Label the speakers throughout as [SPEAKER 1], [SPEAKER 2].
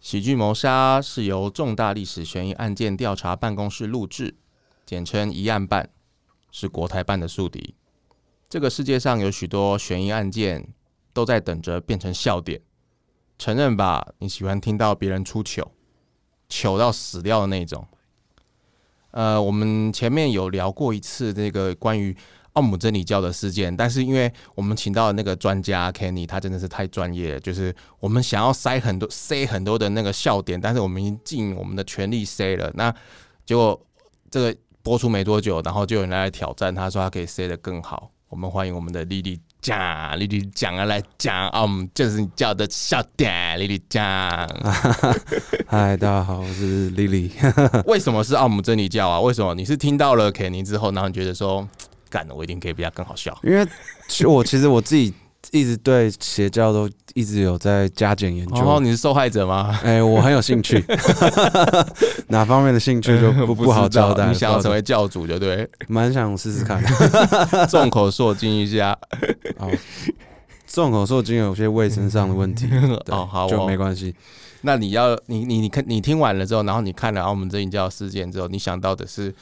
[SPEAKER 1] 喜剧谋杀是由重大历史悬疑案件调查办公室录制，简称一案办，是国台办的宿敌。这个世界上有许多悬疑案件都在等着变成笑点。承认吧，你喜欢听到别人出糗，糗到死掉的那种。呃，我们前面有聊过一次这个关于奥姆真理教的事件，但是因为我们请到的那个专家 Kenny，他真的是太专业了，就是我们想要塞很多塞很多的那个笑点，但是我们已经尽我们的全力塞了，那结果这个播出没多久，然后就有人来挑战，他说他可以塞得更好。我们欢迎我们的莉莉酱，莉莉酱啊来讲啊，我们就是你叫的笑点，莉莉酱。
[SPEAKER 2] 嗨，大家好，我是 Lily。
[SPEAKER 1] 为什么是奥姆真理教啊？为什么你是听到了肯尼之后，然后你觉得说，干了，我一定可以比他更好笑？
[SPEAKER 2] 因为其我其实我自己一直对邪教都一直有在加减研
[SPEAKER 1] 然后
[SPEAKER 2] 究。
[SPEAKER 1] 哦你是受害者吗？
[SPEAKER 2] 哎、我很有兴趣， 哪方面的兴趣 就不
[SPEAKER 1] 知
[SPEAKER 2] 不好
[SPEAKER 1] 道
[SPEAKER 2] 交代。
[SPEAKER 1] 你想要成
[SPEAKER 2] 为
[SPEAKER 1] 为教主，对不对？
[SPEAKER 2] 蛮想试 试看。
[SPEAKER 1] 众口铄金一下。
[SPEAKER 2] 哦，众口铄金有些卫生上的问题， 对
[SPEAKER 1] 哦，好
[SPEAKER 2] 就
[SPEAKER 1] 哦
[SPEAKER 2] 没。关系。
[SPEAKER 1] 那你要你你你看你听完了之后，然后你看了啊奥姆真理教事件之后，你想到的是，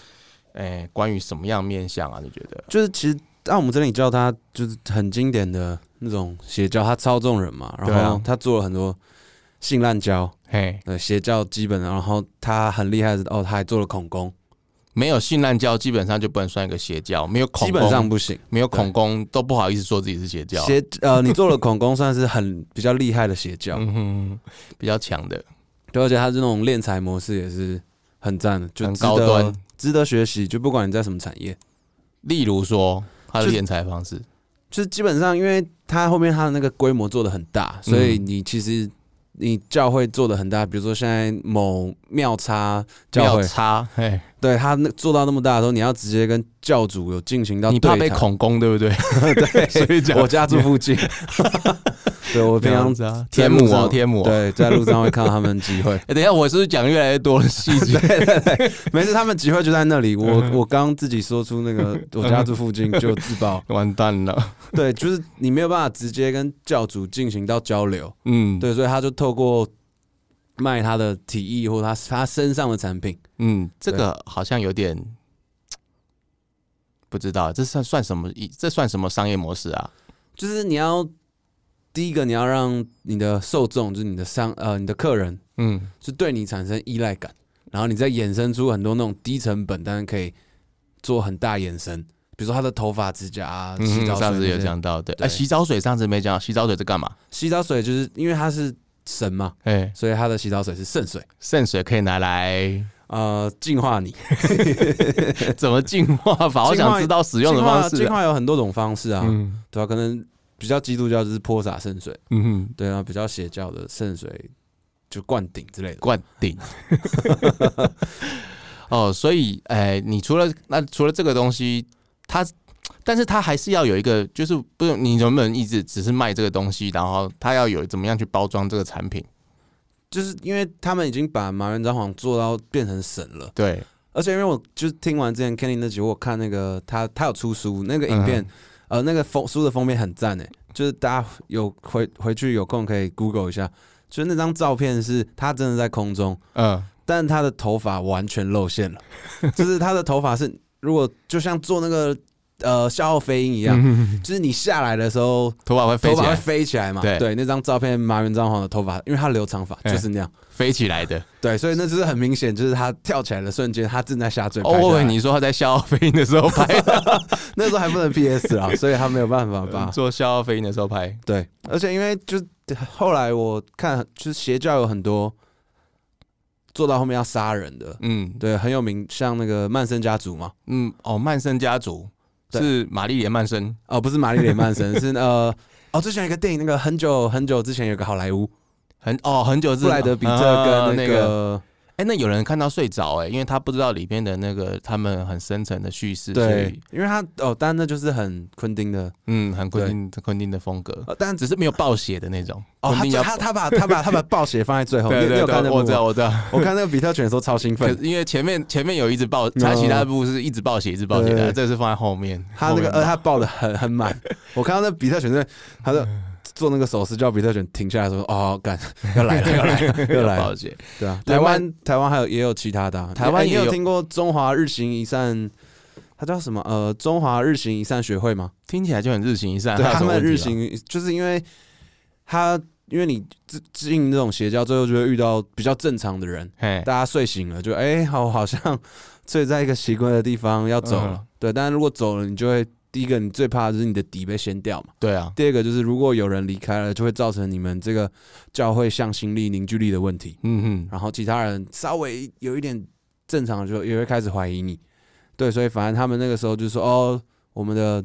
[SPEAKER 1] 哎、关于什么样面相啊？你觉得？
[SPEAKER 2] 就是其实按我们这里教他，就是很经典的那种邪教，他操纵人嘛，
[SPEAKER 1] 对
[SPEAKER 2] 然后
[SPEAKER 1] 啊
[SPEAKER 2] 他做了很多性滥交，
[SPEAKER 1] 嘿，
[SPEAKER 2] 呃，邪教基本的，然后他很厉害的是哦，他还做了恐攻，
[SPEAKER 1] 没有信滥教，基本上就不能算一个邪教。没有恐
[SPEAKER 2] 基本上
[SPEAKER 1] 攻，
[SPEAKER 2] 不行。
[SPEAKER 1] 没有恐攻都不好意思说自己是邪教。
[SPEAKER 2] 邪呃，你做了恐攻算是很比较厉害的邪教，
[SPEAKER 1] 嗯哼，比较强的，
[SPEAKER 2] 对，而且他这种敛财模式也是很赞的，就
[SPEAKER 1] 很
[SPEAKER 2] 值
[SPEAKER 1] 高
[SPEAKER 2] 得
[SPEAKER 1] 端，
[SPEAKER 2] 值得学习。就不管你在什么产业，
[SPEAKER 1] 例如说他的
[SPEAKER 2] 就
[SPEAKER 1] 敛财方式，
[SPEAKER 2] 就是基本上，因为他后面他的那个规模做的很大，所以
[SPEAKER 1] 嗯
[SPEAKER 2] 你其实你教会做的很大，比如说现在某庙差教
[SPEAKER 1] 妙
[SPEAKER 2] 会，
[SPEAKER 1] 差，嘿，
[SPEAKER 2] 对他那做到那么大的时候，你要直接跟教主有进行到
[SPEAKER 1] 你
[SPEAKER 2] 对
[SPEAKER 1] 怕被
[SPEAKER 2] 谈
[SPEAKER 1] 恐攻对不对？
[SPEAKER 2] 对，
[SPEAKER 1] 所以讲
[SPEAKER 2] 我家住 附近，对我
[SPEAKER 1] 这
[SPEAKER 2] 平常
[SPEAKER 1] 样子啊，
[SPEAKER 2] 在
[SPEAKER 1] 天母
[SPEAKER 2] 路
[SPEAKER 1] 哦，
[SPEAKER 2] 上
[SPEAKER 1] 天母哦。
[SPEAKER 2] 对在路上会看到他们
[SPEAKER 1] 。
[SPEAKER 2] 集会
[SPEAKER 1] 哎等一下，我是不是讲越来越多的细节？，
[SPEAKER 2] 每次他们集会就在那里，我我刚自己说出那个我家住附近就自爆
[SPEAKER 1] 完蛋了，
[SPEAKER 2] 对，就是你没有办法直接跟教主进行到交流，
[SPEAKER 1] 嗯，，
[SPEAKER 2] 对，所以他就透过卖他的体液或他他身上的产品，
[SPEAKER 1] 嗯，这个好像有点不知道，这算算什么？这算什么商业模式啊？
[SPEAKER 2] 就是你要第一个你要让你的受众，就是你的商呃你的客人
[SPEAKER 1] 嗯，
[SPEAKER 2] 是对你产生依赖感，然后你再衍生出很多那种低成本，但是可以做很大衍生，比如说他的头发、指甲啊、洗
[SPEAKER 1] 嗯
[SPEAKER 2] 澡水
[SPEAKER 1] 上
[SPEAKER 2] 那
[SPEAKER 1] 次有
[SPEAKER 2] 些。
[SPEAKER 1] 讲到，对，
[SPEAKER 2] 对
[SPEAKER 1] 哎，洗澡水上次没讲，洗澡水是干嘛？
[SPEAKER 2] 洗澡水就是因为它是神嘛，
[SPEAKER 1] 哎，
[SPEAKER 2] 所以它的洗澡水是圣水，
[SPEAKER 1] 圣水可以拿来
[SPEAKER 2] 呃，净化你。
[SPEAKER 1] 怎么进化法？我想知道使用的方式
[SPEAKER 2] 净化净
[SPEAKER 1] 啊。
[SPEAKER 2] 化有很多种方式啊，
[SPEAKER 1] 嗯
[SPEAKER 2] 对啊？可能比较基督教就是泼洒圣水，
[SPEAKER 1] 嗯哼，
[SPEAKER 2] 对啊，比较邪教的圣水就灌顶之类的。
[SPEAKER 1] 灌顶。 哦，所以，哎、你除了那除了这个东西，它，但是它还是要有一个，就是不是你能不能一直只是卖这个东西，然后它要有怎么样去包装这个产品？
[SPEAKER 2] 就是因为他们已经把麻原彰晃做到变成神了。
[SPEAKER 1] 对，
[SPEAKER 2] 而且因为我就是听完之前 Kenny 那集，我有看那个他他有出书，那
[SPEAKER 1] 嗯
[SPEAKER 2] 个影片、呃那个封书的封面很赞诶，就是大家有回回去有空可以 Google 一下，就是那张照片是他真的在空中，
[SPEAKER 1] 嗯，
[SPEAKER 2] 但他的头发完全露馅 了，就是他的头发是如果就像做那个呃笑傲飞鹰一样，
[SPEAKER 1] 嗯
[SPEAKER 2] 就是你下来的时候
[SPEAKER 1] 头发会飞
[SPEAKER 2] 头
[SPEAKER 1] 起
[SPEAKER 2] 发会
[SPEAKER 1] 来，
[SPEAKER 2] 飞起来嘛，
[SPEAKER 1] 对
[SPEAKER 2] 那张照片马云张皇的头发，因为他留长发
[SPEAKER 1] 嗯
[SPEAKER 2] 就是那样，
[SPEAKER 1] 飞起来的。
[SPEAKER 2] 对，所以那就是很明显，就是他跳起来的瞬间，他正在下坠。
[SPEAKER 1] 哦，
[SPEAKER 2] 拍下
[SPEAKER 1] 我以为
[SPEAKER 2] 来
[SPEAKER 1] 你说他在笑傲飞鹰的时候拍 的，
[SPEAKER 2] 那时候还不 能 PS 啊，所以他没有办法
[SPEAKER 1] 嗯
[SPEAKER 2] 吧？
[SPEAKER 1] 做笑傲飞鹰的时候拍。
[SPEAKER 2] 对，而且因为就后来我看，就是邪教有很多做到后面要杀人的，
[SPEAKER 1] 嗯
[SPEAKER 2] 对，很有名，像那个曼森家族嘛，
[SPEAKER 1] 嗯，哦，曼森家族
[SPEAKER 2] 对
[SPEAKER 1] 是玛丽莲曼森，
[SPEAKER 2] 哦，不是玛丽莲曼 森，是呃，哦，之前有一个电影，那个很久很久之前有个好莱坞，
[SPEAKER 1] 很哦很久之
[SPEAKER 2] 布莱德比特
[SPEAKER 1] 啊
[SPEAKER 2] 跟那
[SPEAKER 1] 那个
[SPEAKER 2] 个
[SPEAKER 1] 哎、那有人看到睡着哎、因为他不知道里边的那个他们很深层的叙事，所
[SPEAKER 2] 对
[SPEAKER 1] 以，
[SPEAKER 2] 因为他哦，但那就是很昆汀的，
[SPEAKER 1] 嗯，很昆汀昆汀的风格，
[SPEAKER 2] 呃但
[SPEAKER 1] 只是没有暴血的那种。
[SPEAKER 2] 哦，
[SPEAKER 1] 昆
[SPEAKER 2] 他
[SPEAKER 1] 汀要
[SPEAKER 2] 他他把他把他把暴血放在 最后，你
[SPEAKER 1] 对
[SPEAKER 2] 你
[SPEAKER 1] 对
[SPEAKER 2] 有看那
[SPEAKER 1] 对，我
[SPEAKER 2] 部
[SPEAKER 1] 知道
[SPEAKER 2] 吗？
[SPEAKER 1] 我知道，
[SPEAKER 2] 我看那个比特犬的时候超兴
[SPEAKER 1] 可
[SPEAKER 2] 奋
[SPEAKER 1] 是，因为前面前面有一直暴，他其他部是一直暴血一直暴血
[SPEAKER 2] 嗯对
[SPEAKER 1] 的，
[SPEAKER 2] 对对
[SPEAKER 1] 这是放在后面。
[SPEAKER 2] 他那
[SPEAKER 1] 后
[SPEAKER 2] 个呃，
[SPEAKER 1] 面
[SPEAKER 2] 他抱的很很满。我看到那比特犬在，他说做那个手势叫比特犬停下来说：“哦， 干，要来了，要来了，要来
[SPEAKER 1] 了
[SPEAKER 2] 了。
[SPEAKER 1] 解，”
[SPEAKER 2] 对啊，
[SPEAKER 1] 台
[SPEAKER 2] 台
[SPEAKER 1] 湾
[SPEAKER 2] 湾台湾还有也有其他的啊，
[SPEAKER 1] 台湾
[SPEAKER 2] 哎你
[SPEAKER 1] 也有
[SPEAKER 2] 有听过中华日行一善，它叫什么？呃，中华日行一善学会吗？
[SPEAKER 1] 听起来就很日行一善。
[SPEAKER 2] 对，
[SPEAKER 1] 还有
[SPEAKER 2] 他
[SPEAKER 1] 什么问
[SPEAKER 2] 们
[SPEAKER 1] 题啊
[SPEAKER 2] 日
[SPEAKER 1] 吗，
[SPEAKER 2] 行就是因为啊他，因为你自自进这种邪教，最后就会遇到比较正常的人，
[SPEAKER 1] 嘿，
[SPEAKER 2] 大家睡醒了就哎、好，好像 睡在一个奇怪的地方要走了。
[SPEAKER 1] 嗯
[SPEAKER 2] 对，但是如果走了，你就会第一个你最怕的就是你的底被掀掉嘛。
[SPEAKER 1] 对啊，
[SPEAKER 2] 第二个就是如果有人离开了，就会造成你们这个教会向心力、凝聚力的问题。
[SPEAKER 1] 嗯哼，
[SPEAKER 2] 然后其他人稍微有一点正常，就也会开始怀疑你。对，所以反正他们那个时候就说：“哦，我们的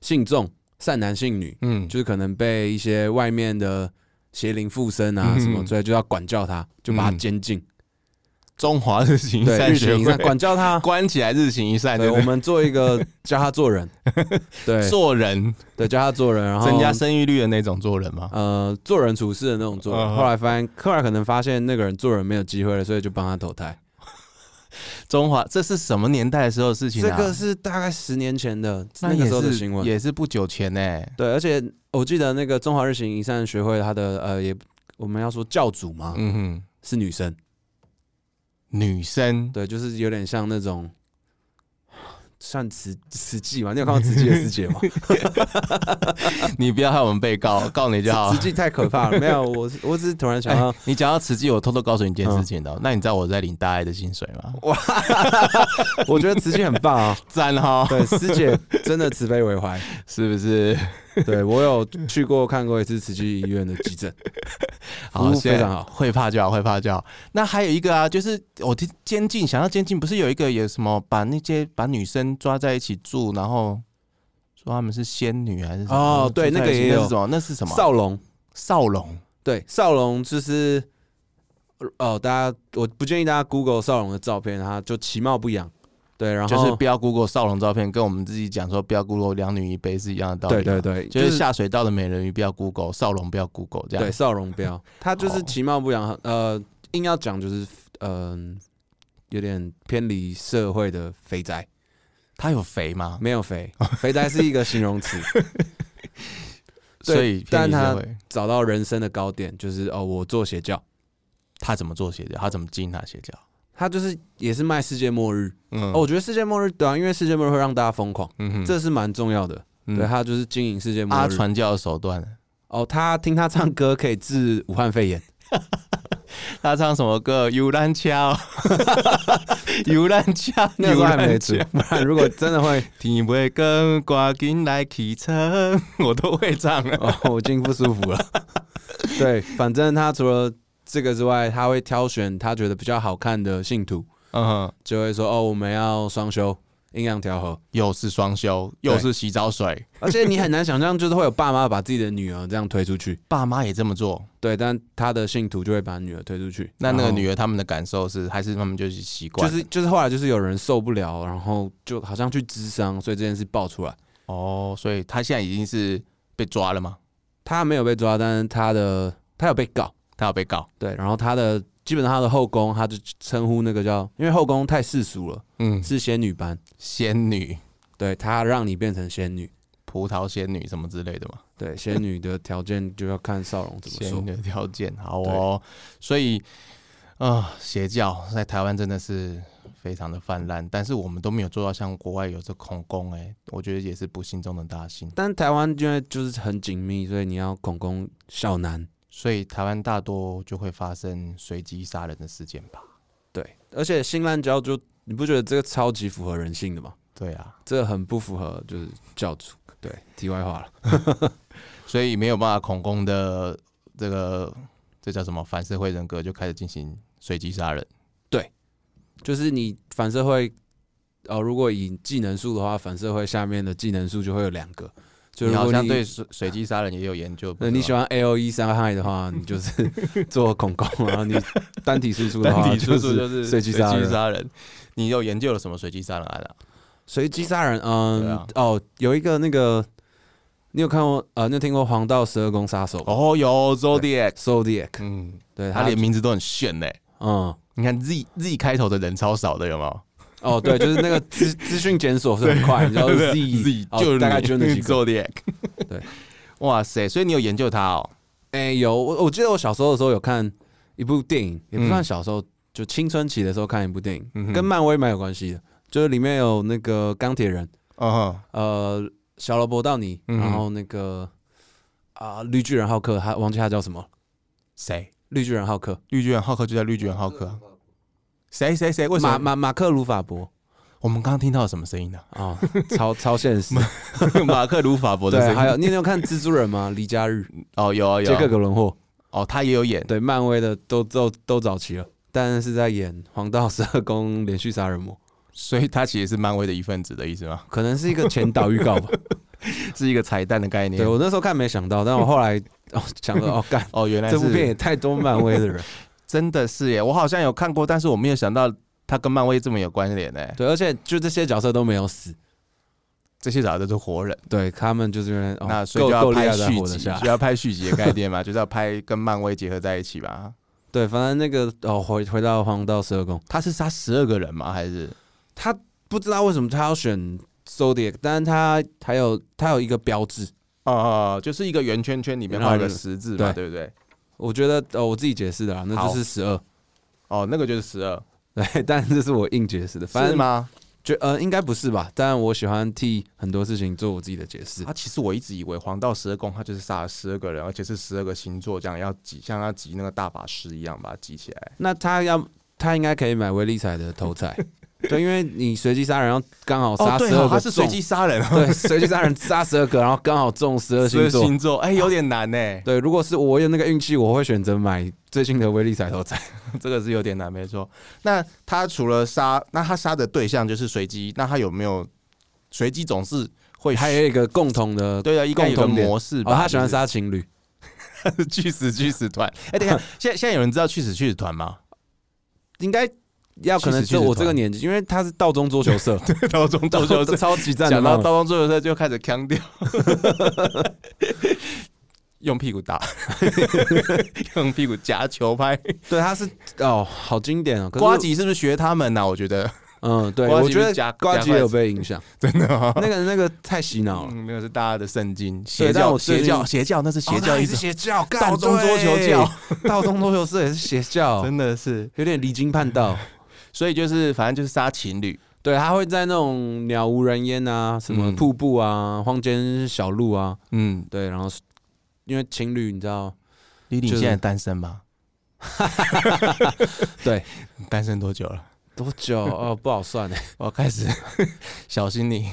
[SPEAKER 2] 信众善男信女，
[SPEAKER 1] 嗯，
[SPEAKER 2] 就是可能被一些外面的邪灵附身啊
[SPEAKER 1] 嗯
[SPEAKER 2] 什么，所以就要管教他，就把他监禁。
[SPEAKER 1] 中华日行一
[SPEAKER 2] 对，
[SPEAKER 1] 善
[SPEAKER 2] 日
[SPEAKER 1] 学
[SPEAKER 2] 行一
[SPEAKER 1] 会
[SPEAKER 2] 善，管 教他。
[SPEAKER 1] 关起来日行一善，
[SPEAKER 2] 对，
[SPEAKER 1] 对
[SPEAKER 2] 我
[SPEAKER 1] 不
[SPEAKER 2] 们做一个教他 做人，
[SPEAKER 1] 对？
[SPEAKER 2] 对
[SPEAKER 1] 做人，
[SPEAKER 2] 对，教他做人，然后
[SPEAKER 1] 增加生育率的那种做人吗？
[SPEAKER 2] 呃做人处事的那种做
[SPEAKER 1] 嗯
[SPEAKER 2] 人。
[SPEAKER 1] 哼
[SPEAKER 2] 后来发现，后来可能发现那个人做人没有机会了，所以就帮他投胎。
[SPEAKER 1] 中华这是什么年代的时候的事情
[SPEAKER 2] 这
[SPEAKER 1] 啊？
[SPEAKER 2] 个是大概十年前的
[SPEAKER 1] 那
[SPEAKER 2] 那个
[SPEAKER 1] 也
[SPEAKER 2] 时候的
[SPEAKER 1] 是
[SPEAKER 2] 新闻，
[SPEAKER 1] 也是不久前呢。
[SPEAKER 2] 对，而且我记得那个中华日行一善学会，他的呃也我们要说教主嘛，
[SPEAKER 1] 嗯哼，
[SPEAKER 2] 是女生，
[SPEAKER 1] 女生
[SPEAKER 2] 对，就是有点像那种算慈慈济嘛，你有看过慈济的师姐吗？
[SPEAKER 1] 你不要害我们被 告，告你就 好
[SPEAKER 2] 慈。济太可怕了，没有，我是我只是突然想到，
[SPEAKER 1] 你讲到慈济，我偷偷告诉你一件事情的哦、那你知道我在领大爱的薪水吗？
[SPEAKER 2] 我觉得慈济很棒啊，
[SPEAKER 1] 赞哈、
[SPEAKER 2] 对，师姐真的慈悲为怀，
[SPEAKER 1] 是不是？
[SPEAKER 2] 对我有去过看过一次慈济医院的急诊，服
[SPEAKER 1] 好，
[SPEAKER 2] 务
[SPEAKER 1] 现在
[SPEAKER 2] 非常好
[SPEAKER 1] 会怕就好，会怕就好。那还有一个啊，就是我听监禁，想要监禁，不是有一个有什么把那些把女生抓在一起住，然后说她们是仙女还是什么？
[SPEAKER 2] 哦对
[SPEAKER 1] 住在一起
[SPEAKER 2] 那个
[SPEAKER 1] 那
[SPEAKER 2] 也有
[SPEAKER 1] 是什么？那是什么？啊
[SPEAKER 2] 少龙。
[SPEAKER 1] 少龙
[SPEAKER 2] 对，少龙就是哦，大家我不建议大家 Google 少龙的照片，他就其貌不扬。对，然后
[SPEAKER 1] 就是不要 Google 少龙照片，跟我们自己讲说不要 Google 两女一杯是一样的道理嘛。
[SPEAKER 2] 对对对，
[SPEAKER 1] 就是下水道的美人鱼不要 Google，少龙不要 Google 这样。
[SPEAKER 2] 对少 龙标，他
[SPEAKER 1] 哦
[SPEAKER 2] 就是其貌不扬，呃，硬要讲就是嗯、有点偏离社会的肥宅，
[SPEAKER 1] 他有肥吗？
[SPEAKER 2] 没 有肥，肥宅是一个形容词。对
[SPEAKER 1] 所以偏离
[SPEAKER 2] 但他
[SPEAKER 1] 社会，
[SPEAKER 2] 找到人生的高点，就是哦，我做邪教，
[SPEAKER 1] 他怎么做邪教？他怎么经营他邪教？
[SPEAKER 2] 他就是也是卖世界末日。
[SPEAKER 1] 嗯
[SPEAKER 2] 哦，我觉得世界末日对啊，因为世界末日会让大家疯狂，
[SPEAKER 1] 嗯哼，
[SPEAKER 2] 这是蛮重要的。
[SPEAKER 1] 嗯
[SPEAKER 2] 对，他就是经营世界末
[SPEAKER 1] 阿
[SPEAKER 2] 日。
[SPEAKER 1] 传教的手段，
[SPEAKER 2] 哦，他听他唱歌可以治武汉 肺炎，
[SPEAKER 1] 他唱什么歌？游览车 哦，游览车，
[SPEAKER 2] 那个时候还没
[SPEAKER 1] 吃
[SPEAKER 2] 治，。 不然如果真的会，
[SPEAKER 1] 天未光，赶紧来启程，我都会唱了。
[SPEAKER 2] 哦，我已经不 舒服了。对，反正他除了这个之外，他会挑选他觉得比较好看的信徒，
[SPEAKER 1] 嗯哼，
[SPEAKER 2] 就会说哦，我们要双修，阴阳调和。
[SPEAKER 1] 又是双休，又是洗澡水，
[SPEAKER 2] 而且你很难想象，就是会有爸妈把自己的女儿这样推出去。
[SPEAKER 1] 爸妈也这么做。
[SPEAKER 2] 对，但他的信徒就会把女儿推出去。
[SPEAKER 1] 那那个
[SPEAKER 2] 然后
[SPEAKER 1] 女儿他们的感受是，还是他们就是习
[SPEAKER 2] 就
[SPEAKER 1] 惯？
[SPEAKER 2] 是就是后来就是有人受不了，然后就好像去咨商，所以这件事爆出来。
[SPEAKER 1] 哦，所以他现在已经是被抓了吗？
[SPEAKER 2] 他没有被抓，但是他的他有被告。
[SPEAKER 1] 他要被告？
[SPEAKER 2] 对，然后他的基本上他的后宫，他就称呼那个叫，因为后宫太世俗了，
[SPEAKER 1] 嗯，
[SPEAKER 2] 是仙女班。
[SPEAKER 1] 仙女，
[SPEAKER 2] 对他让你变成仙女，
[SPEAKER 1] 葡萄仙女什么之类的嘛？
[SPEAKER 2] 对仙女的条件就要看少龙怎么
[SPEAKER 1] 仙
[SPEAKER 2] 说。
[SPEAKER 1] 女的条件好哦，所以啊、邪教在台湾真的是非常的泛滥，但是我们都没有做到像国外有这恐攻、哎，我觉得也是不幸中的大幸。
[SPEAKER 2] 但台湾因为就是很紧密，所以你要恐攻小男。
[SPEAKER 1] 所以台湾大多就会发生随机杀人的事件吧？
[SPEAKER 2] 对，而且新滥交就你不觉得这个超级符合人性的吗？
[SPEAKER 1] 对啊，
[SPEAKER 2] 这个很不符合就是教主。对，题外话了。
[SPEAKER 1] 所以没有办法恐攻的这个这叫什么反社会人格就开始进行随机杀人。
[SPEAKER 2] 就是你反社会，哦，如果以技能数的话，反社会下面的技能数就会有两个。就
[SPEAKER 1] 你
[SPEAKER 2] 如
[SPEAKER 1] 好
[SPEAKER 2] 果
[SPEAKER 1] 像
[SPEAKER 2] 你
[SPEAKER 1] 对随随机杀人也有研究，不
[SPEAKER 2] 那
[SPEAKER 1] 是
[SPEAKER 2] 你
[SPEAKER 1] 吗
[SPEAKER 2] 喜欢 A O E 伤害的话，你就是做恐攻啊；然后你 单体输出的
[SPEAKER 1] 但
[SPEAKER 2] 话，
[SPEAKER 1] 你说说
[SPEAKER 2] 啊就
[SPEAKER 1] 就是
[SPEAKER 2] 随机杀人。
[SPEAKER 1] 杀人。你有研究了什么随机杀人案啊？
[SPEAKER 2] 随机杀人，
[SPEAKER 1] 对
[SPEAKER 2] 嗯，
[SPEAKER 1] 啊
[SPEAKER 2] 哦，有一个那个，你有看过呃，你有听过《黄道十二宫杀手》吗
[SPEAKER 1] 哦，有 Zodiac，
[SPEAKER 2] ？Zodiac，
[SPEAKER 1] 嗯，
[SPEAKER 2] 对
[SPEAKER 1] 他
[SPEAKER 2] 他
[SPEAKER 1] 连，名字都很炫嘞。
[SPEAKER 2] 嗯，
[SPEAKER 1] 你看 Z Z 开头的人超少的，有没有？
[SPEAKER 2] 哦，对，就是那个 资资讯检索是很快，你知道 Z，
[SPEAKER 1] Z
[SPEAKER 2] 哦
[SPEAKER 1] 就是
[SPEAKER 2] 大概就那
[SPEAKER 1] 你
[SPEAKER 2] 几个，
[SPEAKER 1] Zodiac。
[SPEAKER 2] 对，
[SPEAKER 1] 哇塞，所以你有研究它哦？
[SPEAKER 2] 哎、有我我记得我小时候的时候有看一部电影，也不算小时候，就青春期的时候看一部电影，
[SPEAKER 1] 嗯嗯哼
[SPEAKER 2] 跟漫威蛮有关系的，就是里面有那个钢铁人，
[SPEAKER 1] 嗯哼，
[SPEAKER 2] 呃，小罗伯道尼，
[SPEAKER 1] 嗯
[SPEAKER 2] 然后那个啊、绿巨人浩克，他忘记他叫什么了，
[SPEAKER 1] 谁？
[SPEAKER 2] 绿巨人浩克，
[SPEAKER 1] 绿巨人浩克就叫绿巨人浩克啊。谁谁谁？为什
[SPEAKER 2] 马
[SPEAKER 1] 么？
[SPEAKER 2] 马马克鲁法伯
[SPEAKER 1] 我们刚刚听到了什么声音呢？
[SPEAKER 2] 啊、 超超现实，
[SPEAKER 1] 马克·鲁法伯的声
[SPEAKER 2] 对，
[SPEAKER 1] 音。
[SPEAKER 2] 还有你有没有看蜘蛛人吗？李佳日、
[SPEAKER 1] 哦，有啊有
[SPEAKER 2] 杰克·
[SPEAKER 1] 啊。
[SPEAKER 2] 格伦霍，
[SPEAKER 1] 哦，他也有演。
[SPEAKER 2] 对，漫威的都都都早期了，但是在演黄道十二宫连续杀人魔，
[SPEAKER 1] 所以他其实是漫威的一份子的意思吗？
[SPEAKER 2] 可能是一个前导预告吧。
[SPEAKER 1] 是一个彩蛋的概念
[SPEAKER 2] 对。我那时候看没想到，但我后 来哦想了哦，干
[SPEAKER 1] 哦，原来
[SPEAKER 2] 这部片
[SPEAKER 1] 是
[SPEAKER 2] 也太多漫威的人，
[SPEAKER 1] 真的是耶！我好像有看过，但是我没有想到他跟漫威这么有关联呢。
[SPEAKER 2] 对，而且就这些角色都没有 死，
[SPEAKER 1] 这些早就是活人，
[SPEAKER 2] 对他们就是原来哦
[SPEAKER 1] 那所以
[SPEAKER 2] 够
[SPEAKER 1] 就要
[SPEAKER 2] 够厉
[SPEAKER 1] 拍
[SPEAKER 2] 害才
[SPEAKER 1] 续
[SPEAKER 2] 活得
[SPEAKER 1] 集，
[SPEAKER 2] 下来
[SPEAKER 1] 就。要拍续集的概念嘛， 就是要拍跟漫威结合在一起吧。
[SPEAKER 2] 对，反正那个哦，回回到黄道十二宫，
[SPEAKER 1] 他是杀十二个人吗？还是
[SPEAKER 2] 他不知道为什么他要选 Zodiac，但是他还有他有一个标志，
[SPEAKER 1] 哦哦，就是一个圆圈圈里面画一个十字嘛，对不对？
[SPEAKER 2] 我觉得哦，我自己解释的啦，那就是十二。
[SPEAKER 1] 哦，那个就是十二，
[SPEAKER 2] 对，但这是我硬解释的，反
[SPEAKER 1] 是
[SPEAKER 2] 正
[SPEAKER 1] 吗？
[SPEAKER 2] 觉呃应该不是吧？但我喜欢替很多事情做我自己的解释。
[SPEAKER 1] 啊，其实我一直以为黄道十二宫他就是杀了十二个人，而且是十二个星座，这样要集，像要集那个大法师一样把它集起来。
[SPEAKER 2] 那他要他应该可以买威力彩的头 彩，对，因为你随机杀人要刚好杀
[SPEAKER 1] 哦，对
[SPEAKER 2] 十
[SPEAKER 1] 哦，
[SPEAKER 2] 二
[SPEAKER 1] 他
[SPEAKER 2] 个
[SPEAKER 1] 是
[SPEAKER 2] 中，
[SPEAKER 1] 随机杀人哦，
[SPEAKER 2] 对随机杀人杀十二个，然后刚好中 十二星
[SPEAKER 1] 12
[SPEAKER 2] 座。
[SPEAKER 1] 星座，哎，有点 难呢。
[SPEAKER 2] 对，如果是我有那个运气，我会选择买最近的威力彩头 彩。
[SPEAKER 1] 这个是有点难，没错。那他除了杀，那他杀的对象就是随机，那他有没有随机总是会
[SPEAKER 2] 还有一个共同的，
[SPEAKER 1] 对啊，应该有个
[SPEAKER 2] 共同点
[SPEAKER 1] 模式吧？
[SPEAKER 2] 哦，他喜 欢
[SPEAKER 1] 就是
[SPEAKER 2] 杀情侣，
[SPEAKER 1] 去死去死团。哎、等一下，现在现在有人知道去死去死团 吗？
[SPEAKER 2] 应该要可能
[SPEAKER 1] 去死去
[SPEAKER 2] 就
[SPEAKER 1] 死
[SPEAKER 2] 我这个
[SPEAKER 1] 团
[SPEAKER 2] 年纪，因为他是道中桌球 社，
[SPEAKER 1] 高中桌球社，
[SPEAKER 2] 超级赞的
[SPEAKER 1] 讲
[SPEAKER 2] 那
[SPEAKER 1] 到
[SPEAKER 2] 种，
[SPEAKER 1] 高中桌球社就开始腔掉， 用屁股打， 用屁股夹球拍。
[SPEAKER 2] 对，他是哦，好经典哦。可是
[SPEAKER 1] 瓜吉是不是学他们呐、啊我觉得
[SPEAKER 2] 嗯，对，
[SPEAKER 1] 瓜吉
[SPEAKER 2] 我觉
[SPEAKER 1] 是夹
[SPEAKER 2] 得瓜吉
[SPEAKER 1] 夹
[SPEAKER 2] 也有被影 响，
[SPEAKER 1] 真的、哦。
[SPEAKER 2] 那个那个太洗脑了。
[SPEAKER 1] 嗯，那个是大家的圣经，邪
[SPEAKER 2] 但
[SPEAKER 1] 教，
[SPEAKER 2] 我最
[SPEAKER 1] 邪
[SPEAKER 2] 近
[SPEAKER 1] 教，邪教，那是邪
[SPEAKER 2] 哦
[SPEAKER 1] 教
[SPEAKER 2] 那
[SPEAKER 1] 一
[SPEAKER 2] 也是
[SPEAKER 1] 种。
[SPEAKER 2] 邪 教，干
[SPEAKER 1] 道中桌球教，
[SPEAKER 2] 对道中桌球社也是邪教，
[SPEAKER 1] 真的是，
[SPEAKER 2] 有点离经叛道。
[SPEAKER 1] 所以就是反正就是杀情侣，
[SPEAKER 2] 对，他会在那种鸟无人烟啊、什么
[SPEAKER 1] 嗯
[SPEAKER 2] 瀑布啊、荒间小路啊，
[SPEAKER 1] 嗯，
[SPEAKER 2] 对，然后是因为情侣你 知道，
[SPEAKER 1] 李鼎
[SPEAKER 2] 就是
[SPEAKER 1] 现在单身吗？
[SPEAKER 2] 对，
[SPEAKER 1] 单身多久了？
[SPEAKER 2] 多久哦不好算 哎、
[SPEAKER 1] 我开始小心你，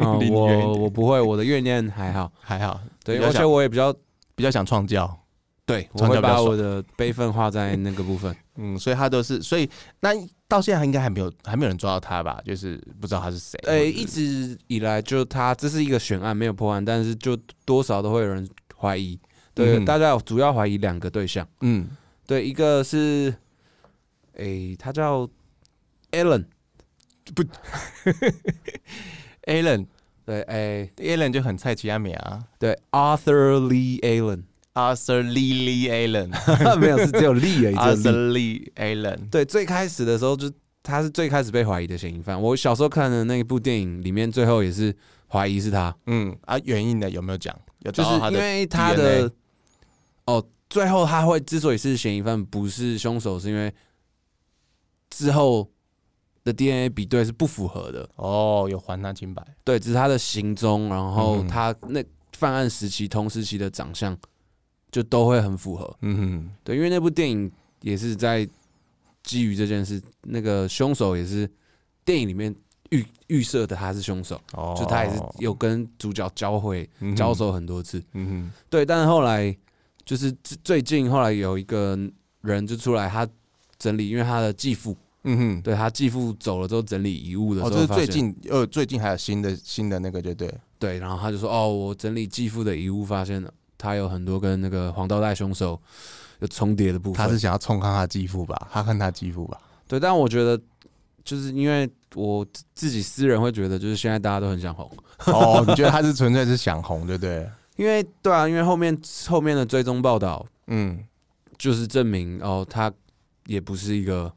[SPEAKER 2] 哦
[SPEAKER 1] 离你远一点
[SPEAKER 2] 我我不会，我的怨念还好，
[SPEAKER 1] 还好，
[SPEAKER 2] 对，
[SPEAKER 1] 比较
[SPEAKER 2] 而且
[SPEAKER 1] 想
[SPEAKER 2] 我也比较
[SPEAKER 1] 比较想创教，
[SPEAKER 2] 对，我
[SPEAKER 1] 传教比
[SPEAKER 2] 会
[SPEAKER 1] 较
[SPEAKER 2] 把
[SPEAKER 1] 爽
[SPEAKER 2] 我的悲愤化在那个部分。
[SPEAKER 1] 嗯，所以他都是，所以那到现在应该还没有还没有人抓到他吧？就是不知道他是谁，
[SPEAKER 2] 呃、一直以来就他这是一个悬案，没有破案，但是就多少都会有人怀疑。对，
[SPEAKER 1] 嗯
[SPEAKER 2] 大家有主要怀疑两个对象，
[SPEAKER 1] 嗯，
[SPEAKER 2] 对，一个是，诶、他叫 Alan，
[SPEAKER 1] Alan
[SPEAKER 2] 对，诶、
[SPEAKER 1] Alan 就很菜奇阿米啊
[SPEAKER 2] 对，Arthur Lee Alan，
[SPEAKER 1] ，Arthur Lee Lee Alan，Arthur
[SPEAKER 2] 没有是只有 Lee 而已，只有 Lee。
[SPEAKER 1] Lee Alan，
[SPEAKER 2] 对，最开始的时候就他是最开始被怀疑的嫌疑犯，我小时候看的那一部电影里面，最后也是怀疑是他，
[SPEAKER 1] 嗯啊，原因呢有没有讲？有
[SPEAKER 2] 就
[SPEAKER 1] 找
[SPEAKER 2] 是
[SPEAKER 1] 到他
[SPEAKER 2] 因
[SPEAKER 1] 的
[SPEAKER 2] 为他的哦，最后他会之所以是嫌疑犯，不是凶手，是因为之后的 DNA 比对是不符合的。
[SPEAKER 1] 哦，有还他清白，
[SPEAKER 2] 对，只是他的行踪，然后
[SPEAKER 1] 嗯
[SPEAKER 2] 他那犯案时期同时期的长相，就都会很符合。
[SPEAKER 1] 嗯。
[SPEAKER 2] 对，因为那部电影也是在基于这件事，那个凶手也是电影里面预预设的他是凶手，
[SPEAKER 1] 哦
[SPEAKER 2] 就他也是有跟主角交汇
[SPEAKER 1] 有
[SPEAKER 2] 交，手很多次。
[SPEAKER 1] 嗯哼
[SPEAKER 2] 对，但是后来就是最最近后来有一个人就出来，他整理，因为他的继父，
[SPEAKER 1] 嗯哼，
[SPEAKER 2] 对他继父走了之后整理遗物的时
[SPEAKER 1] 哦，
[SPEAKER 2] 候，
[SPEAKER 1] 这是最，近，呃，最近还有新的新的那个，就对了，
[SPEAKER 2] 对，然后他就说，哦，我整理继父的遗物，发现他有很多跟那个黄道带凶手有重叠的部分。
[SPEAKER 1] 他是想要冲康他继父吧，他看他继父吧，
[SPEAKER 2] 对，但我觉得就是因为我自自己私人会觉得，就是现在大家都很想红，
[SPEAKER 1] 哦，你觉得他是纯粹是想红，对不对？
[SPEAKER 2] 因为对啊，因为后面后面的追踪报道
[SPEAKER 1] 嗯，
[SPEAKER 2] 就是证明哦，他也不是一个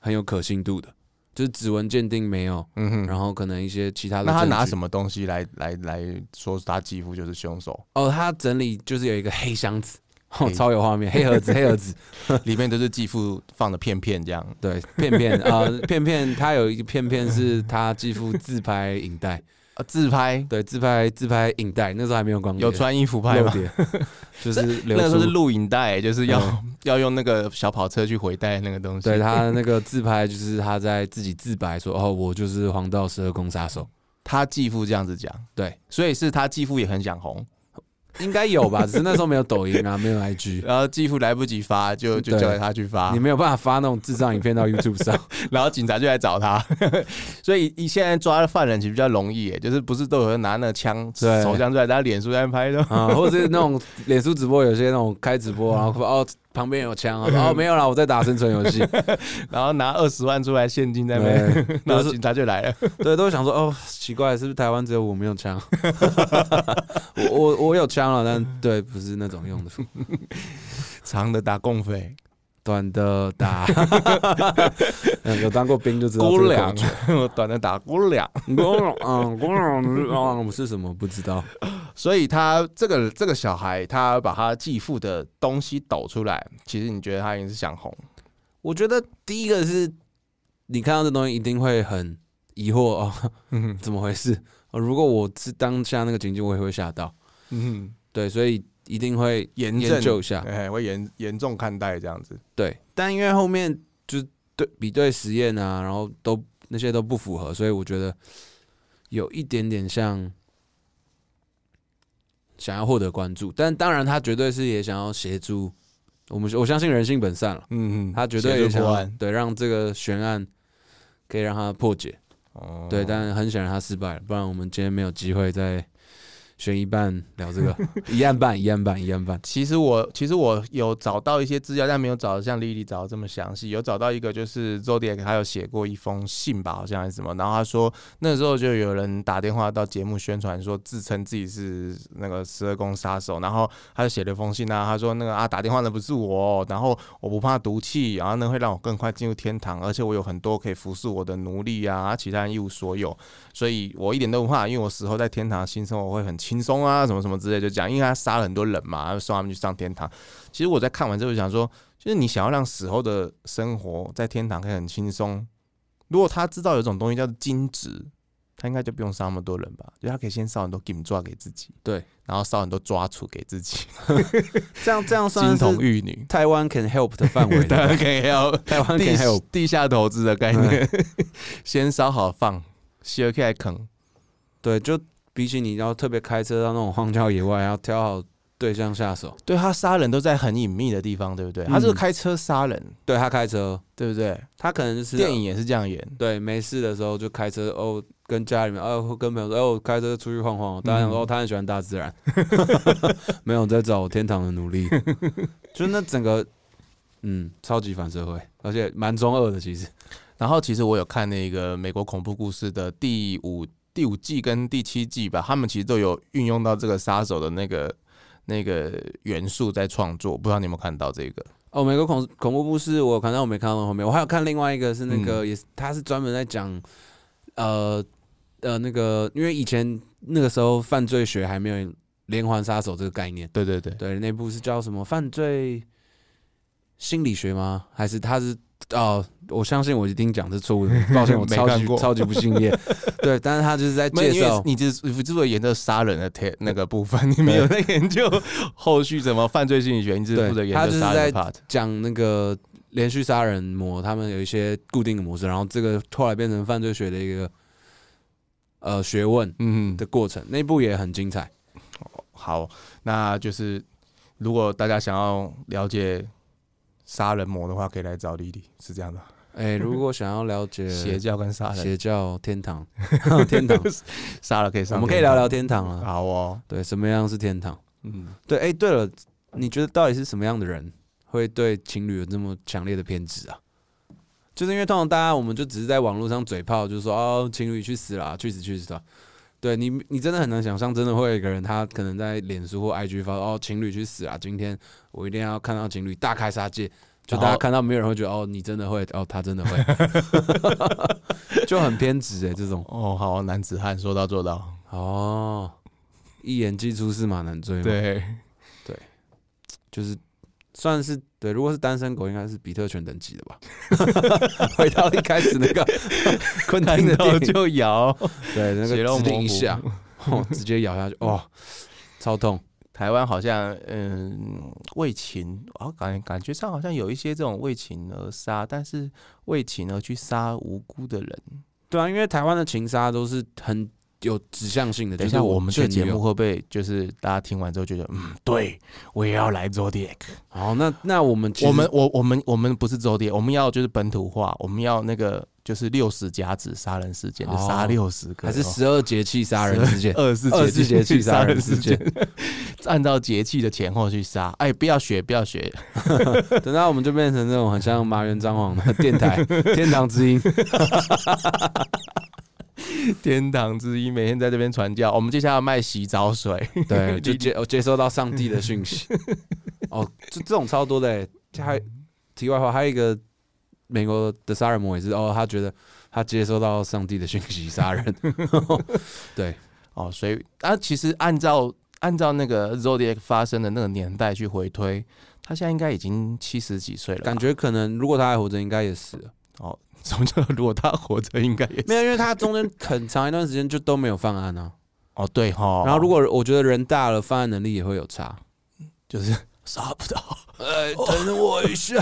[SPEAKER 2] 很有可信度的。就是指纹鉴定没有，
[SPEAKER 1] 嗯哼，
[SPEAKER 2] 然后可能一些其他的。
[SPEAKER 1] 那他拿
[SPEAKER 2] 么？
[SPEAKER 1] 什么东西来来来说他继父就是凶手？
[SPEAKER 2] 哦，他整理就是有一个黑箱子， 哦
[SPEAKER 1] 黑，
[SPEAKER 2] 超有画面，黑盒子， 黑盒子，
[SPEAKER 1] 里面都是继父放的片片这样。
[SPEAKER 2] 对，片片 啊、呃片片，他有一个片片是他继父自拍影带，
[SPEAKER 1] 啊，自拍
[SPEAKER 2] 对，自拍自拍影带，那时候还没有光碟，
[SPEAKER 1] 有穿衣服拍
[SPEAKER 2] 漏
[SPEAKER 1] 吗？
[SPEAKER 2] 碟， 就是
[SPEAKER 1] 那
[SPEAKER 2] 流
[SPEAKER 1] 个时候是
[SPEAKER 2] 出。
[SPEAKER 1] 录影带，就是要、 要用那个小跑车去回带那个东西。
[SPEAKER 2] 嗯对他那个自拍，就是他在自己自白说：“哦，我就是黄道十二宫杀手。
[SPEAKER 1] 他继父这样子讲，
[SPEAKER 2] 对，
[SPEAKER 1] 所以是他继父也很想红，”
[SPEAKER 2] 应该有吧，只是那时候没有抖音啊，没有 IG，
[SPEAKER 1] 然后继父来不及发，就就
[SPEAKER 2] 对
[SPEAKER 1] 交给他去发
[SPEAKER 2] 你，没有办法发那种智障影片到 YouTube 上。
[SPEAKER 1] 然后警察就来找他， 所以一现在抓犯人其实比较容易耶，就是不是都有人拿那个枪
[SPEAKER 2] 对
[SPEAKER 1] 手枪出来，大家脸书在拍的，
[SPEAKER 2] 啊、或者是那种脸书直播，有些那种开直播，然后说哦旁边有枪啊，哦没有啦，我在打生存游戏，
[SPEAKER 1] 然后拿二十万出来现 金在那边，
[SPEAKER 2] 对，
[SPEAKER 1] 然
[SPEAKER 2] 都
[SPEAKER 1] 后
[SPEAKER 2] 是
[SPEAKER 1] 警察就来了。
[SPEAKER 2] 对，都想说哦奇怪，是不是台湾只有我没有枪？ 我我我有枪了，但对，不是那种用的，
[SPEAKER 1] 长的打共匪，
[SPEAKER 2] 短的 打，嗯有当过兵就知道这
[SPEAKER 1] 姑
[SPEAKER 2] 个
[SPEAKER 1] 娘
[SPEAKER 2] 感觉。，
[SPEAKER 1] 我短的打姑娘。
[SPEAKER 2] 姑娘，嗯，姑娘，嗯，是什么不知道？
[SPEAKER 1] 所以他这个这个小孩，他把他继父的东西抖出来，其实你觉得他已经是想红，
[SPEAKER 2] 我觉得第一个是你看到这东西一定会很疑惑哦，
[SPEAKER 1] 嗯
[SPEAKER 2] 怎么回事？哦如果我是当下那个情境，我也会吓到。
[SPEAKER 1] 嗯哼，
[SPEAKER 2] 对，所以一定会
[SPEAKER 1] 严
[SPEAKER 2] 研究
[SPEAKER 1] 正
[SPEAKER 2] 一下。
[SPEAKER 1] 哎，会严严重看待这样子。
[SPEAKER 2] 对，但因为后面就是对比对实验啊，然后都那些都不符合，所以我觉得有一点点像想要获得关注，但当然他绝对是也想要协助我们，我相信人性本善了，
[SPEAKER 1] 嗯哼，
[SPEAKER 2] 他绝对也
[SPEAKER 1] 协
[SPEAKER 2] 想
[SPEAKER 1] 助破
[SPEAKER 2] 要
[SPEAKER 1] 案
[SPEAKER 2] 对让这个悬案可以让他破解。
[SPEAKER 1] 哦
[SPEAKER 2] 对，但很显然他失败了，不然我们今天没有机会再悬一半聊这个一案半一案半一案半。
[SPEAKER 1] 其实我其实我有找到一些资料，但没有找得像莉莉找的这么详细。有找到一个就是 Zodiac 他有写过一封信吧，好像还是什么。然后他说那时候就有人打电话到节目宣传，说自称自己是那个十二宫杀手。然后他就写了封信啊，他说那个啊打电话的不是我，然后我不怕毒气，然后呢会让我更快进入天堂，而且我有很多可以服侍我的奴隶啊，其他人一无所有。所以我一点都不怕，因为我死后在天堂新生活会很轻松啊，什么什么之类就讲，因为他杀了很多人嘛，他送他们去上天堂。其实我在看完之后就想说，就是你想要让死后的生活在天堂可以很轻松，如果他知道有一种东西叫做金值，他应该就不用杀那么多人吧？就他可以先烧很多金抓给自己，
[SPEAKER 2] 对，
[SPEAKER 1] 然后烧很多抓处给自己，
[SPEAKER 2] 这样这样算
[SPEAKER 1] 金童
[SPEAKER 2] 是
[SPEAKER 1] 玉女，
[SPEAKER 2] 台湾 can help 的 范围了。
[SPEAKER 1] 当然可以要
[SPEAKER 2] 台湾 can
[SPEAKER 1] 地
[SPEAKER 2] help。
[SPEAKER 1] 地下投资的概念， 先烧好放，洗起来啃，
[SPEAKER 2] 对，就比起你要特别开车到那种荒郊野外，要挑好对象下手。
[SPEAKER 1] 对他杀人都在很隐秘的地方，对不对？
[SPEAKER 2] 嗯
[SPEAKER 1] 他这个开车杀人，
[SPEAKER 2] 对他开车，哦
[SPEAKER 1] 对不对？
[SPEAKER 2] 他可能就是
[SPEAKER 1] 电影也是这样演，
[SPEAKER 2] 对没事的时候就开车哦，跟家里面哦，或跟朋友说哦，我开车出去晃晃。大家想说、
[SPEAKER 1] 嗯
[SPEAKER 2] 哦，他很喜欢大自然， 没有在找天堂的努力，就那整个嗯，超级反社会，而且蛮中二的其实。
[SPEAKER 1] 然后其实我有看那个美国恐怖故事的第五第五季跟第七季吧，他们其实都有运用到这个杀手的那个那个元素在创作，不知道你有没有看到这个？
[SPEAKER 2] 哦，美国恐恐怖故事我有看到，我没看到后面，我还有看另外一个是那个、也是，他是专门在讲，呃呃那个，因为以前那个时候犯罪学还没有连环杀手这个概念，
[SPEAKER 1] 对对对，
[SPEAKER 2] 对，那部是叫什么犯罪心理学吗？还是他是哦、我相信我一定讲是 错误的，抱歉，我
[SPEAKER 1] 没
[SPEAKER 2] 超
[SPEAKER 1] 看
[SPEAKER 2] 级
[SPEAKER 1] 过
[SPEAKER 2] 超级不敬 业。对，但是他就是在
[SPEAKER 1] 没有
[SPEAKER 2] 介
[SPEAKER 1] 因为
[SPEAKER 2] 绍，
[SPEAKER 1] 你之你之所以研究杀人的 t 那个部分，你没有在研究后续怎么犯罪心理学，你只是
[SPEAKER 2] 对
[SPEAKER 1] 负责研
[SPEAKER 2] 他就
[SPEAKER 1] 究
[SPEAKER 2] 是
[SPEAKER 1] 杀人
[SPEAKER 2] 在
[SPEAKER 1] 的 part。
[SPEAKER 2] 讲那个连续杀人魔，他们有一些固定的模式，然后这个后来变成犯罪学的一个呃学问
[SPEAKER 1] 嗯，
[SPEAKER 2] 的过程，那部也很精彩。
[SPEAKER 1] 好，那就是如果大家想要了解杀人魔的话，可以来找莉莉，是这样的。
[SPEAKER 2] 哎、如果想要了解
[SPEAKER 1] 邪教啊跟杀人，
[SPEAKER 2] 邪教天堂，天堂，
[SPEAKER 1] 杀了可以上，
[SPEAKER 2] 我们可以聊聊。天堂啊。
[SPEAKER 1] 好哦，
[SPEAKER 2] 对，什么样是天堂？
[SPEAKER 1] 嗯，
[SPEAKER 2] 对，哎、对了，你觉得到底是什么样的人会对情侣有这么强烈的偏执啊？就是因为通常大家我们就只是在网络上嘴炮，就是说哦，情侣去死啦，去死去死啦。对你，你真的很难想象，真的会有一个人，他可能在脸书或 IG 发哦，情侣去死啊！今天我一定要看到情侣大开杀戒，就
[SPEAKER 1] 然后
[SPEAKER 2] 大家看到没有人会觉得哦，你真的会哦，他真的会， 就很偏执哎，这种
[SPEAKER 1] 哦，好，男子汉说到做到。
[SPEAKER 2] 哦，一言既出驷马难追嘛，，
[SPEAKER 1] 对，
[SPEAKER 2] 就是算是对，如果是单身狗，应该是比特犬等级的吧。 回到一开始那个昆汀
[SPEAKER 1] 看
[SPEAKER 2] 的电
[SPEAKER 1] 到
[SPEAKER 2] 影，
[SPEAKER 1] 就摇。
[SPEAKER 2] 对那
[SPEAKER 1] 血肉
[SPEAKER 2] 个指定
[SPEAKER 1] 模
[SPEAKER 2] 一
[SPEAKER 1] 糊
[SPEAKER 2] 下，哦，直接咬下去，哇、超痛。
[SPEAKER 1] 台湾好像，嗯，为情啊，感感觉上好像有一些这种为情而杀，但是为情而去杀无辜的人。
[SPEAKER 2] 对啊，因为台湾的情杀都是很有指向性的。
[SPEAKER 1] 等一
[SPEAKER 2] 就
[SPEAKER 1] 下，
[SPEAKER 2] 是
[SPEAKER 1] 我们这
[SPEAKER 2] 前
[SPEAKER 1] 节
[SPEAKER 2] 女
[SPEAKER 1] 目
[SPEAKER 2] 友，
[SPEAKER 1] 会不会就是大家听完之后觉得，嗯，对我也要来 Zodiac？
[SPEAKER 2] 好，那那我们其实
[SPEAKER 1] 我们我我们我们不是 Zodiac，我们要就是本土化，我们要那个就是六十甲子杀人事件，就杀
[SPEAKER 2] 哦
[SPEAKER 1] 六十个，。
[SPEAKER 2] 还是十二节气杀人事件
[SPEAKER 1] 二十
[SPEAKER 2] 二十四节 气
[SPEAKER 1] 杀
[SPEAKER 2] 杀
[SPEAKER 1] 人
[SPEAKER 2] 人
[SPEAKER 1] 事
[SPEAKER 2] 事
[SPEAKER 1] 件
[SPEAKER 2] 件，
[SPEAKER 1] 按照节气的前后去杀。哎，不要学，不要学，
[SPEAKER 2] 等到我们就变成这种很像麻原彰晃的电 台天堂之音。
[SPEAKER 1] 天堂之一，每天在这边传教。我们接下来卖洗澡水，
[SPEAKER 2] 对，就接我哦接收到上帝的讯息。哦，这这种超多的欸、还题外话，还有一个美国的杀人魔也是哦，他觉得他接收到上帝的讯息杀人。
[SPEAKER 1] 哦，所以啊，其实按照按照那个 Zodiac 发生的那个年代去回推，他现在应该已经七十几岁了 吧。
[SPEAKER 2] 感觉可能如果他还活着，应该也死了。
[SPEAKER 1] 什么叫如果他活着，应该也
[SPEAKER 2] 没有，因为他中间很长一段时间就都没有犯案啊。
[SPEAKER 1] 哦对哈。
[SPEAKER 2] 然后如果我觉得人大了，犯案能力也会有差。
[SPEAKER 1] 就是 哎杀不到
[SPEAKER 2] 呃，等我 一下，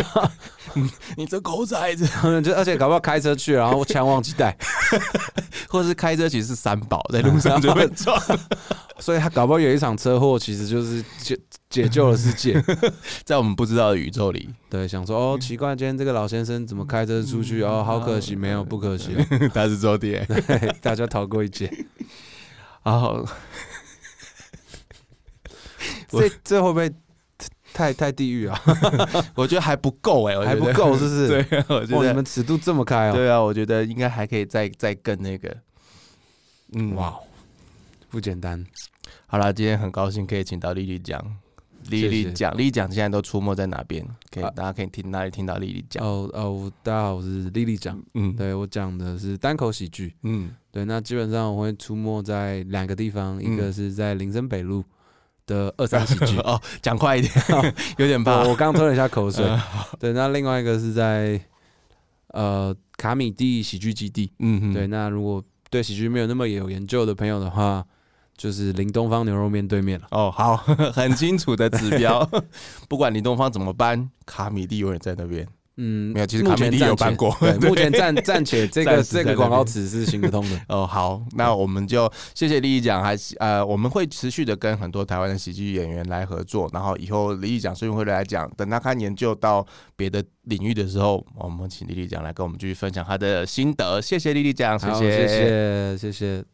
[SPEAKER 1] 你这狗崽子，
[SPEAKER 2] 就而且搞不好开车去，然后枪忘记带，
[SPEAKER 1] 或者是开车其实是三宝在路上就被撞，
[SPEAKER 2] 所以他搞不好有一场车祸，其实就是解解救了世界。
[SPEAKER 1] 在我们不知道的宇宙 里，
[SPEAKER 2] 对，想说哦，奇怪，今天这个老先生怎么开车出去？哦，好可惜，没有，不可惜，
[SPEAKER 1] 他是 Zodiac。
[SPEAKER 2] 对，大家逃过一 劫。
[SPEAKER 1] 然后我
[SPEAKER 2] 这这会不会太太地狱啊？
[SPEAKER 1] 我觉得还不够哎、我
[SPEAKER 2] 还
[SPEAKER 1] 觉
[SPEAKER 2] 不
[SPEAKER 1] 得
[SPEAKER 2] 够，是不 是？，
[SPEAKER 1] 对，啊我觉
[SPEAKER 2] 哇，你
[SPEAKER 1] 得
[SPEAKER 2] 们尺度这么开哦，
[SPEAKER 1] 对啊，我觉得应该还可以再再更那个。嗯，哇，
[SPEAKER 2] 哇，不简单。
[SPEAKER 1] 好啦，今天很高兴可以请到丽丽讲，丽
[SPEAKER 2] 谢
[SPEAKER 1] 丽讲，丽丽讲现在都出没在哪边？可以，
[SPEAKER 2] 啊
[SPEAKER 1] 大家可以听哪里听到丽丽讲？
[SPEAKER 2] 哦哦，我大家好，我是丽丽讲，
[SPEAKER 1] 嗯，，
[SPEAKER 2] 对我讲的是单口喜剧。
[SPEAKER 1] 嗯，
[SPEAKER 2] 对，那基本上我会出没在两个地方，一个
[SPEAKER 1] 嗯，
[SPEAKER 2] 是在林森北路的二三喜 剧
[SPEAKER 1] 哦，讲快一点，有点怕
[SPEAKER 2] 我。我刚吞了一下口水
[SPEAKER 1] 嗯。
[SPEAKER 2] 对，那另外一个是在呃卡米蒂喜剧基地。
[SPEAKER 1] 嗯，
[SPEAKER 2] 对，，那如果对喜剧没有那么有研究的朋友的话，就是林东方牛肉面对面了。
[SPEAKER 1] 哦，好， 很清楚的指标。 不管你东方怎么搬，卡米蒂永远在那边。
[SPEAKER 2] 嗯，
[SPEAKER 1] 没有其实
[SPEAKER 2] 目
[SPEAKER 1] 卡米
[SPEAKER 2] 前
[SPEAKER 1] 蒂有
[SPEAKER 2] 暂且
[SPEAKER 1] 办 过
[SPEAKER 2] 对，
[SPEAKER 1] 对
[SPEAKER 2] 目前暂暂且这
[SPEAKER 1] 暂
[SPEAKER 2] 个
[SPEAKER 1] 时在
[SPEAKER 2] 这个
[SPEAKER 1] 那
[SPEAKER 2] 广告
[SPEAKER 1] 边
[SPEAKER 2] 词是行得通 的。
[SPEAKER 1] 哦，好，那我们就谢谢丽丽讲，还是呃，我们会持续的跟很多台湾的喜剧演员来合作，然后以后丽丽讲顺便会来讲，等她看研究到别的领域的时候，我们请丽丽讲来跟我们继续分享她的心得。谢谢丽丽讲，
[SPEAKER 2] 好，
[SPEAKER 1] 谢
[SPEAKER 2] 谢谢谢谢。